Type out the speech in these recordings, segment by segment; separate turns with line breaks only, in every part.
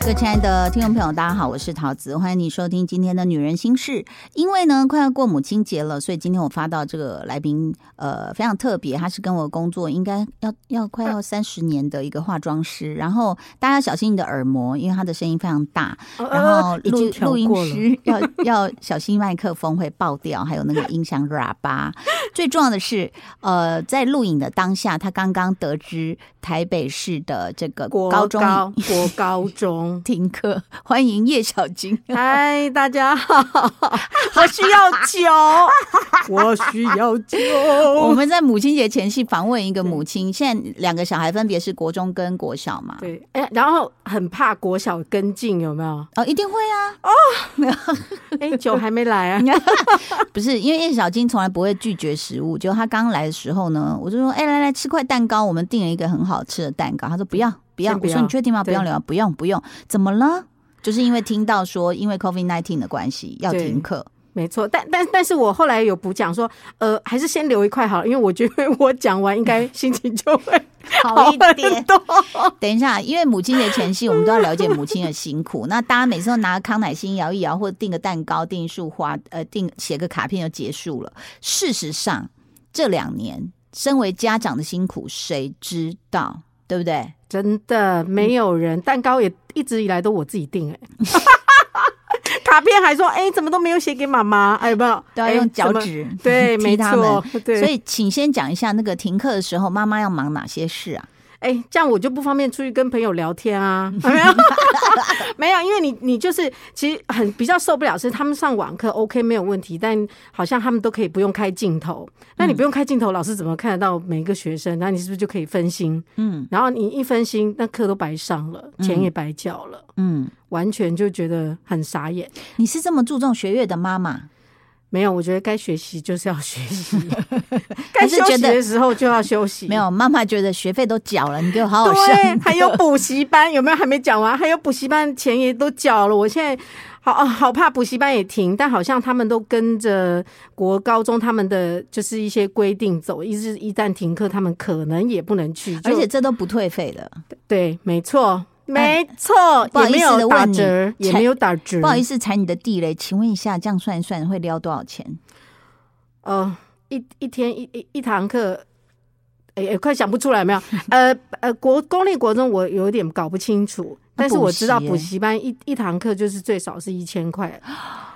各位亲爱的听众朋友，大家好，我是桃子，欢迎你收听今天的《女人心事》。因为呢，快要过母亲节了，所以今天我发到这个来宾，呃，非常特别，他是跟我工作应该要要快
嗯
要三十年的一个化妆师。然后大家要小心你的耳膜，因为他的声音非常大。
哦啊
然
呃
后以及录音师要 要小心麦克风会爆掉，还有那个音响喇叭。 最重要的是，呃，在录影的当下，他刚刚得知台北市的这个
国
高中，
高国高中
停课，欢迎叶小金。
嗨，大 家好，我需要酒，我需要酒。哦
我们在母亲节前夕访问一个母亲，现在两个小孩分别是国中跟国小嘛。
对，哎、然后很怕国小跟进，有没有？
哦，一定会啊！
哎、酒还没来 啊，
不是因为叶小金从来不会拒绝食物，就他刚来的时候呢，我就说：“哎、来来吃块蛋糕，我们订了一个很好吃的蛋糕。”他说：“不要，不要。
先”不
我
要
说：“你确定吗？不
对
要了，不用，不用。怎么了？就是因为听到说，因为 COVID nineteen 的关系要
对
停课，
没错。但但但是我后来有补讲说，呃，还是先留一块好了，因为我觉得我讲完应该心情就会
好
好
一点
很。多。
等一下，因为母亲节前夕，我们都要了解母亲的辛苦。 那大家每次都拿康乃馨摇一摇，或者订个蛋糕、订一束花，呃，订写个卡片就结束了。事实上，这两年身为家长的辛苦，谁知道？对不对？
真的没有人，蛋糕也一直以来都我自己 订哎、卡片还说，哎、怎么都没有写给妈妈？哎，有没有，
都要
哎
啊用脚。
怎么
趾、
对，没
踢他
错
们。，
对，
所以，请先讲一下那个停课的时候，妈妈要忙哪些事啊？
哎、这样我就不方便出去跟朋友聊 天啊。没有，没有，因为你你就是其实很比较受不了是他们上网课 OK 没有问题，但好像他们都可以不用开镜头。那你不用开镜头，老师怎么看得到每一个学生？那你是不是就可以分心？
嗯
然后你一分心，那课都白上了，钱也白缴了，
嗯，
完全就觉得很傻眼。
你是这么注重学业的妈妈，
没有，我觉得该学习就是要学 习，
还
该
是
休
觉
息
得
的时候就要休息。
没有妈妈觉得学费都缴了，你给我好好
对啊
上，。
还有补习班，有没有还没讲完？还有补习班钱也都缴了，我现在好啊好怕补习班也停，但好像他们都跟着国高中他们的就是一些规定走，一日一旦停课，他们可能也不能去，就
而且这都不退费的，
对，没错。
哎
没错，
不好
也没
意思地
有打
问你
折，也没有打折。
不好意
思，
思踩你的地雷，请问一下，这样算一算会撩多少钱？
嗯呃，一一天一一一堂课，哎、哎快想不出来没有？ 呃呃，国公立国中我有点搞不 清楚，但是我知道
补习耶
补习班一一堂课就是最少是一千块，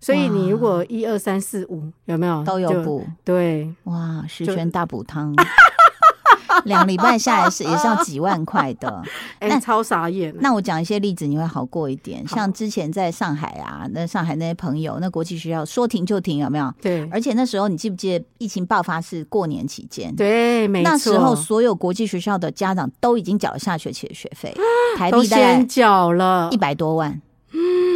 所以你如果一二三四五有没有
都有
就
补
对，
哇，十
就
全大补汤， 两礼拜下来是也是要几万块 的。
哎、
那
超傻眼。
那我讲一些例子，你会好过一点。
好
像之前在上海啊，那上海那些朋友，那国际学校说停就停，有没有？
对
而且那时候你记不记得疫情爆发是过年期间？
对，没错，
那时候所有国际学校的家长都已经缴了下学期的学费，台
都
币大概
先缴了
一，百多万，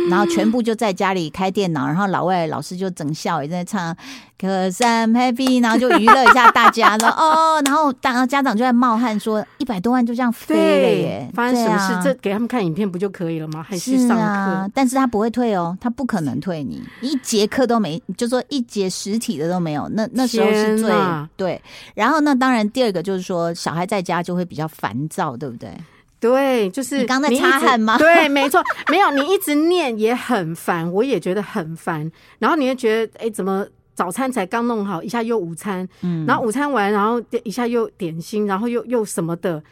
然后全部就在家里开电脑，然后老外老师就整校也在唱《Cause I'm Happy》，然后就娱乐一下大家， 然后哦，然后大家长就在冒汗说一百多万就这样飞了
对
耶，，
发生什么
对
事？这
啊
给他们看影片不就可以了吗？还
是
上课？
啊，但是他不会退哦，他不可能退你，一节课都没，就说一节实体的都没有。那那时候是最
天哪
对。然后那当然第二个就是说，小孩在家就会比较烦躁，对不对？
对，就是
你刚在
一直
擦汗吗
对，没错，没有你一直念也很烦，我也觉得很烦。然后你会觉得，哎，怎么早餐才刚弄好，一下又午餐，
嗯
然后午餐完，然后一下又点心，然后又又什么的。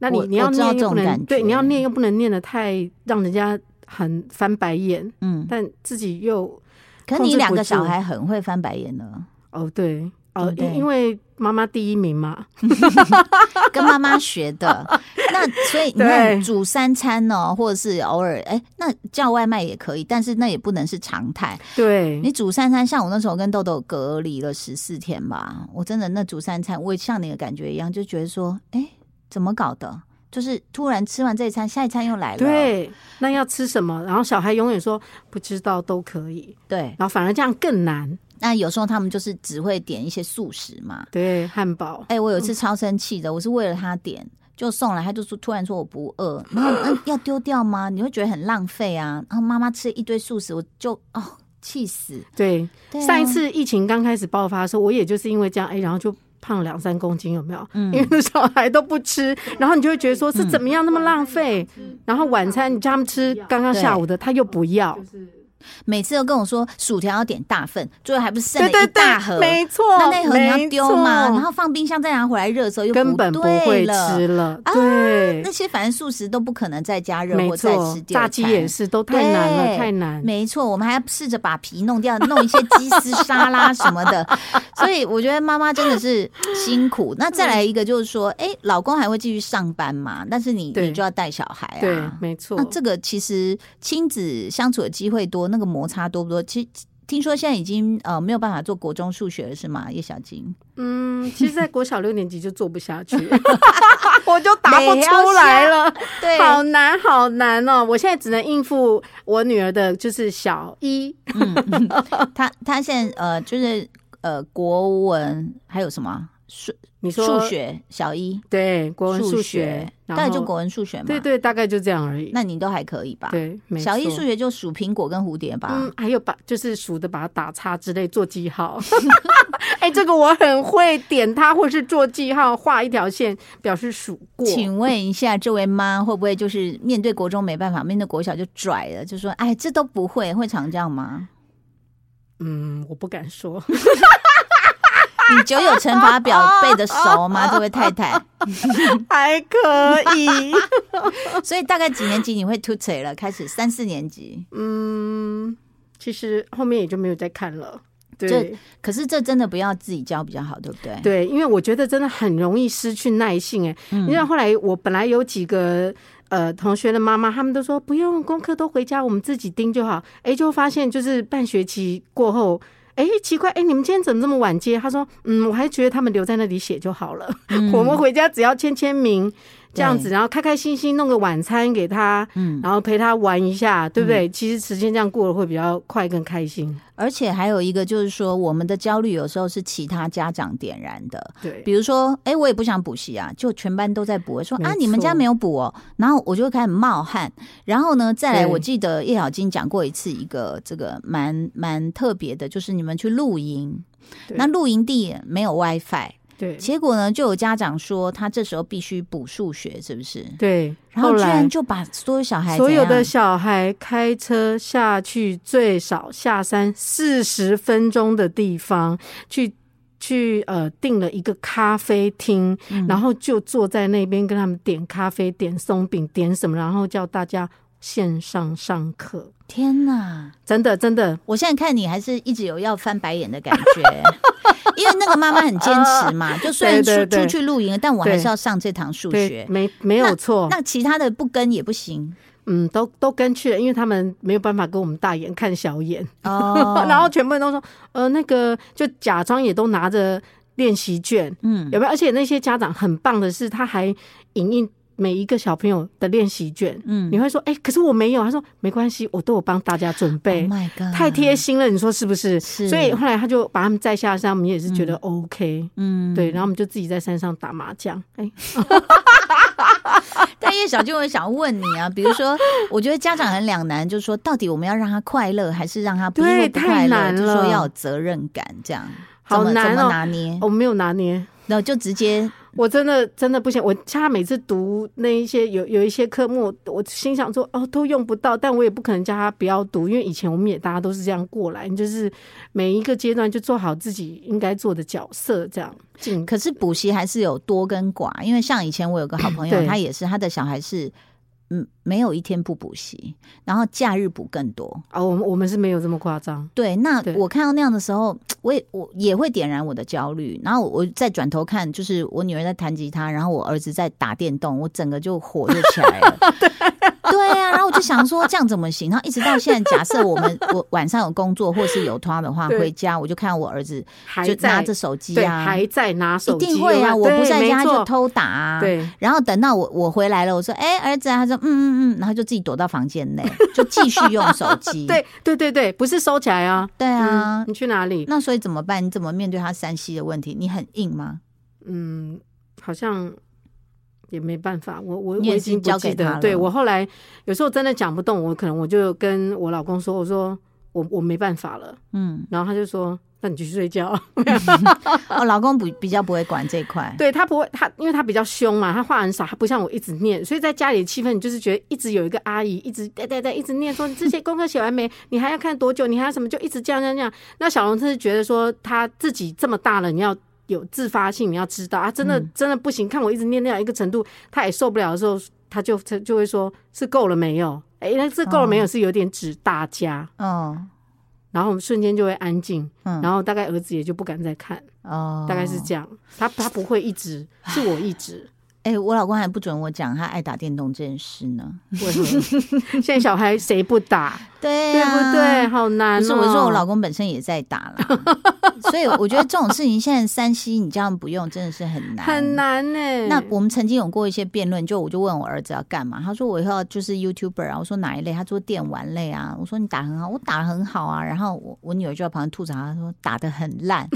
那你
我
你要
我知道
念
这
又
种
不
感
能对，
觉
你要念又不能念的太让人家很翻白眼，
嗯，
但自己又
可
控
你
制
两
不
个小
住
孩很会翻白眼呢。
哦对
对
哦，
不对
因因为妈妈第一名嘛，
跟妈妈学 的。那所以你看
对
煮三餐呢、或者是偶尔哎、那叫外卖也可以，但是那也不能是常态。
对
你煮三餐，像我那时候跟豆豆隔离了十四天吧，我真的那煮三餐，我也像你的感觉一样，就觉得说，哎、怎么搞的？就是突然吃完这一餐，下一餐又来了。
对，那要吃什么？然后小孩永远说不知道都可以，
对，
然后反而这样更难。
那有时候他们就是只会点一些素食嘛，
对，汉堡。
哎、我有一次超生气的，我是为了他点就送来，他就说突然说我不饿，然后 嗯、要丢掉吗？你会觉得很浪费啊。然后妈妈吃一堆素食，我就哦气死。
对，
对啊
上一次疫情刚开始爆发的时候，我也就是因为这样，哎，然后就胖两三公斤，有没有？
嗯 嗯
因为小孩都不吃，然后你就会觉得说是怎么样那么浪费？然后晚餐你叫他们吃刚刚下午的，他又不要。
每次都跟我说薯条要点大份，最后还不是剩了
对对
一
对
大盒，，
没错，
那那盒你要
没
丢吗？
错
然后放冰箱再拿回来热的时候又不
根本不会
对了
吃了，
啊
对
那，些反正素食都不可能再加热
没
或再
错
吃，第二
炸鸡也
餐
是都太难了，
对
太难。
没错，我们还要试着把皮弄掉，弄一些鸡丝沙拉什么 的。所以我觉得妈妈真的是辛苦。那再来一个就是说，哎、老公还会继续上班嘛？但是你
对
你就要带小孩
对
啊，。
没错
那，这个其实亲子相处的机会多，那个摩擦多不多？其实听说现在已经呃没有办法做国中数学了，是吗？叶小金
嗯，其实，在国小六年级就做不下去， 我就答不
每条
出来了。
对
好难，好难哦！我现在只能应付我女儿的，就是小一，
他他现在呃就是呃国文还有什么啊数
你说
数学小一
对国文数学，
大
然
概
后
就国文数学嘛。
对对，大概就这样而已。
那你都还可以吧？，
对，没
小一
错
数学就数苹果跟蝴蝶吧。
嗯，还有把就是数的把它打叉之类做记号。 哎、这个我很会点它，或是做记号，画一条线表示数过。
请问一下，这位妈会不会就是面对国中没办法，面对国小就拽了，就说：“哎，这都不会，会常这样吗
嗯，我不敢说，？”
你九九乘法表背得熟吗，这位太太？
还可以。
所以大概几年级你会吐嘴了？开始三四年级，
嗯，其实后面也就没有再看了。
这
对
可是这真的不要自己教比较好，对不对？
对，因为我觉得真的很容易失去耐性、哎、因为后来我本来有几个呃同学的妈妈，他们都说不用功课都回家，我们自己盯就好。哎、就发现就是半学期过后。哎、奇怪，哎、你们今天怎么这么晚接？他说，嗯，我还觉得他们留在那里写就好了， 我们回家只要签签名这样子，然后开开心心弄个晚餐给他，
嗯
然后陪他玩一下，对不对？其实时间这样过得会比较快更开心，
而且还有一个就是说，我们的焦虑有时候是其他家长点燃的。
对，
比如说，哎、我也不想补习啊，就全班都在补，说
没
啊，你们家
错
没有补哦，然后我就会开始冒汗。然后呢，再来，
对
我记得叶小金讲过一次一个这个蛮蛮特别的，就是你们去露营，
对
那露营地没有 WiFi，
对
结果呢，就有家长说他这时候必须补数学，是不是？
对，
然后
后
居
来
然就把所有小孩
所有
怎样
的小孩开车下去，最少下山四十分钟的地方去。去呃订了一个咖啡厅，
嗯
然后就坐在那边跟他们点咖啡、点松饼、点什么，然后叫大家线上上课。
天哪！
真的，真的，
我现在看你还是一直有要翻白眼的感觉， 因为那个妈妈很坚持嘛，就虽然
对
出
对对
出去露营，但我还
对
是要上这堂数学
对，。没没有错。
那其他的不跟也不行
嗯，都都跟去了，因为他们没有办法跟我们大眼看小眼。
哦
然后全部人都说，呃，那个就假装也都拿着练习卷，
嗯
嗯，有没有？而且那些家长很棒的是，他还影印每一个小朋友的练习卷，
嗯
嗯，你会说，哎、可是我没有，他说没关系，我都有帮大家准备。
，Oh my god，
太贴心了，你说是不是？
是
所以后来他就把他们载下山，我们也是觉得 OK，、
嗯，
对，然后我们就自己在山上打麻将。哎、
但叶小静，我也想问你啊，比如 说，我觉得家长很两难，就是说，到底我们要让他快乐，还是让他不是
对
说不快
太
乐，
难
就是说
了
要有责任感，这样
好
怎么怎
难
么
哦
拿捏，
我没有拿捏，
然后就直接
我真的真的不行，我他每次读那一些有有一些科目，我心想说哦都用不到，但我也不可能叫他不要读，因为以前我们也大家都是这样过来，你就是每一个阶段就做好自己应该做的角色，这样尽
可是补习还是有多跟寡，因为像以前我有个好朋友，
对
他也是，他的小孩是。嗯，没有一天不补习，然后假日补更多。
啊、我们我们是没有这么夸张，
对，那
对
我看到那样的时候，我也我也会点燃我的焦虑。然后我再转头看，就是我女儿在弹吉他，然后我儿子在打电动，我整个就火就起来 了。 对啊，然后我就想说这样怎么行？然后一直到现在，假设我们我晚上有工作或是有拖的话，
对
回家我就看到我儿子
还
就拿
在
着手机
对
啊，
还在拿手
一
机，
定会啊，
对
我不在
没
家就
错
偷打、啊。
对。
然后等到我我回来了，我说：“哎、儿子、啊。”他说：“嗯嗯嗯。”然后就自己躲到房间内，就继续用手机。
对对对对，不是收起来啊！
对啊，
你去哪里？
那所以怎么办？你怎么面对他三 C 的问题？你很硬吗？
嗯，好像也没办法，我我
你也
我已
是
经不
交
记
给他
得
了，
对我后来有时候真的讲不动，我可能我就跟我老公说，我说。我我没办法了。
嗯，
然后他就说，那你继续睡觉。
哦，老公不比较不会管这块，
对他不会，他因为他比较凶嘛，他话很少，他不像我一直念，所以在家里的气氛，你就是觉得一直有一个阿姨一直对对对，一直念说你这些功课写完没？你还要看多久？你还要什么？就一直这样这样这样。那小龙真是觉得说他自己这么大了，你要。有自发性，你要知道啊，
嗯
真的真的不行。看我一直念到一个程度，他也受不了的时候，他就他就会说：“是够了没有？”哎、那是够了没有？是有点指大家，
哦，
然后我们瞬间就会安静，
嗯
然后大概儿子也就不敢再看。
哦，
大概是这样。他他不会一直，是我一直。
哎、我老公还不准我讲他爱打电动这件事呢，
为什么？ 现在小孩谁不打，
对
对不对？？好难、
不
哦。
是，我说我老公本身也在打啦，所以我觉得这种事情现在山西你这样不用真的是很难，
很。难呢、
那我们曾经有过一些辩论，就我就问我儿子要干嘛，他说我以后要就是 YouTuber 啊，我说哪一类？他说电玩类啊，我说你打很好，我打很好啊。然后我我女儿就在旁边吐槽，她说打的很 烂，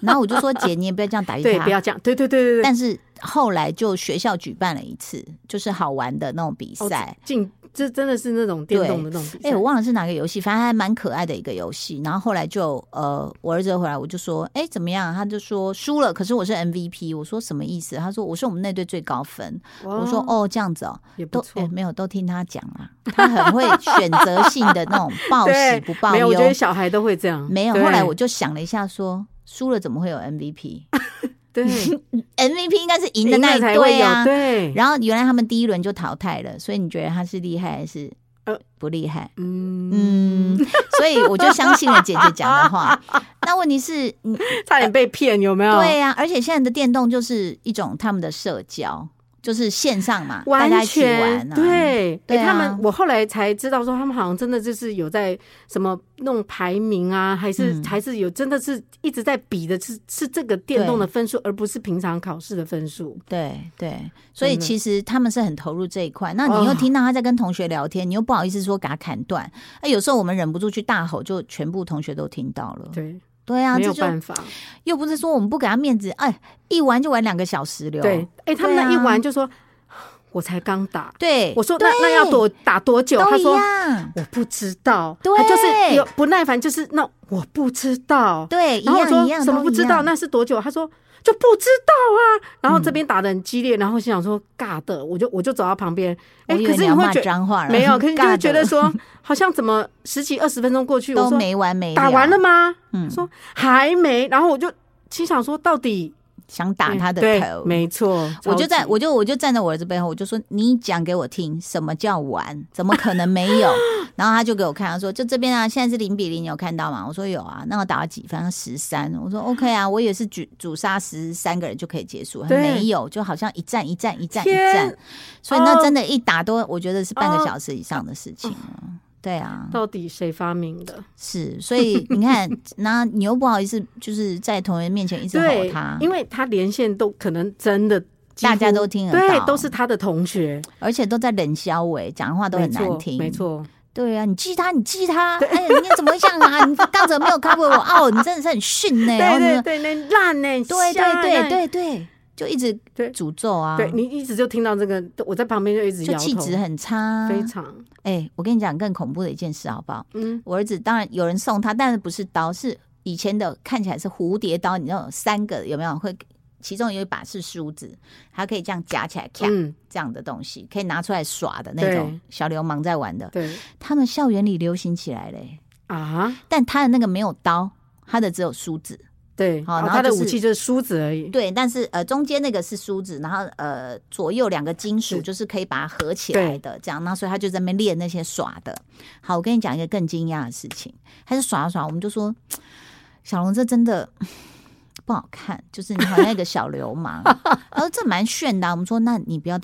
然后我就说姐你也不要这样打击
对，
他
不，要这样。对对对对对。
但是后来就学校举办了一次，就是好玩的那种比赛。
进这真的是那种电
对
动的那种哦比
哎、
赛。
我忘了是哪个游戏，反正还蛮可爱的一个游戏。然后后来就呃，我儿子回来我就说，哎、怎么样？他就说输了，可是我是 MVP。我说什么意思？他说我是我们那队最高分。我说哦，这样子哦，
也
都
不
哎、
错。
没有都听他讲啊，他很会选择性的那种报喜
对
不报
没有，我觉
忧
得。小孩都会这样。
没有，
对
后来我就想了一下说输了怎么会有 MVP？MVP
对
应该是赢的那一
才会
队啊
有。对，
然后原来他们第一轮就淘汰了，所以你觉得他是厉害还是
呃
不厉害？
嗯，
嗯，所以我就相信了姐姐讲的 话。那问题是，嗯
差点被骗，有没有？
对啊呀、而且现在的电动就是一种他们的社交，就是线上嘛，大家
完
一起
全
玩啊。，
对，
对啊
诶他们我后来才知道说，他们好像真的就是有在什么弄排名啊，还是、
嗯
还是有真的是一直在比的是是这个电动的分数，而不是平常考试的分数。
对对，所以
真的
其实他们是很投入这一块。那你又
哦
听到他在跟同学聊天，你又不好意思说给他砍断。那有时候我们忍不住去大吼，就全部同学都听到了。
对，
对啊，
没
这
有
就
办法。
又不是说我们不给他面子，哎，一玩就玩两个小时了。
对，哎、他们
对啊
那一玩就说，我才刚打，
对，
我说那那要多打多久？
都
他
一
说
样，
我不知道，
对
他就是有不耐烦，就是那我不知道。
对，一
然后我
样
说
一样，
什么
都
不知
一
道？
样
那是多久？他说就不知道啊。然后这边打的很激烈，然后心想说尬的，我就我就走到旁边。
我
哎，
以
可
为你
是
要
会
骂
觉得
脏话了，
没有，可是你 就
尬
会觉得
的
说好像怎么十几二十分钟过去，我
都
说
没完没了，
打完了，吗？
嗯，
说还没，然后我就心想说到底哎
想打他的
嗯对
头，
没错，
我就
超
在
级
我就我就站在我儿子背后，我就说你讲给我听，什么叫玩？怎么可能没 有？然后他就给我看，他说就这边啊，现在是零比零，你有看到吗？我说有啊，那我打了几分？他十三，我说 OK 啊，我也是主主杀十三个人就可以结束，他
对
没有，就好像一战一战一战一
天
战，所以那
哦
真的，一打都我觉得是半个
哦
小时以上的事情了。对啊，
到底谁发明的？
是，所以你看， 那你又不好意思，就是在同学面前一直吼
对
他，，
因为他连线都可能真的几
大家
乎
都听得
对
到，
都是，他的同学，
而且都在冷消委，讲话都很
没错
难听，
没。错。
对啊，你记他，你记他，哎呀，你怎么会这样 啊？你刚才没有 cover 我哦，你真的是很逊呢、然后
对对
呢
对，那烂呢？
对
瞎
对对
烂
对对，就一直
对
诅咒啊，
对，你一直就听到这个，我在旁边就一直
就
摇
气
头
质，很差，
非。常
哎、我跟你讲更恐怖的一件事好不好？
嗯，
我儿子当然有人送他，但是不是刀，是以前的看起来是蝴蝶刀，你知道有三个有没有？会其中有一把是梳子，还可以这样夹起来咔、
嗯，
这样的东西，可以拿出来耍的那种
对
小流氓在玩的，
对
他们校园里流行起来嘞。
啊，
但他的那个没有刀，他的只有梳子。
对，
好
哦
然后
他的
就是
武器就是梳子而已，
对，但是呃，中间那个是梳子，然后呃，左右两个金属
是
就是可以把它合起来的，这样。那所以他就在那边练那些耍的。好，我跟你讲一个更惊讶的事情，他就耍啊耍，我们就说小龙这真的 不好看，就是你好像一个小流氓。然后这蛮炫的啊、我们说那你不要。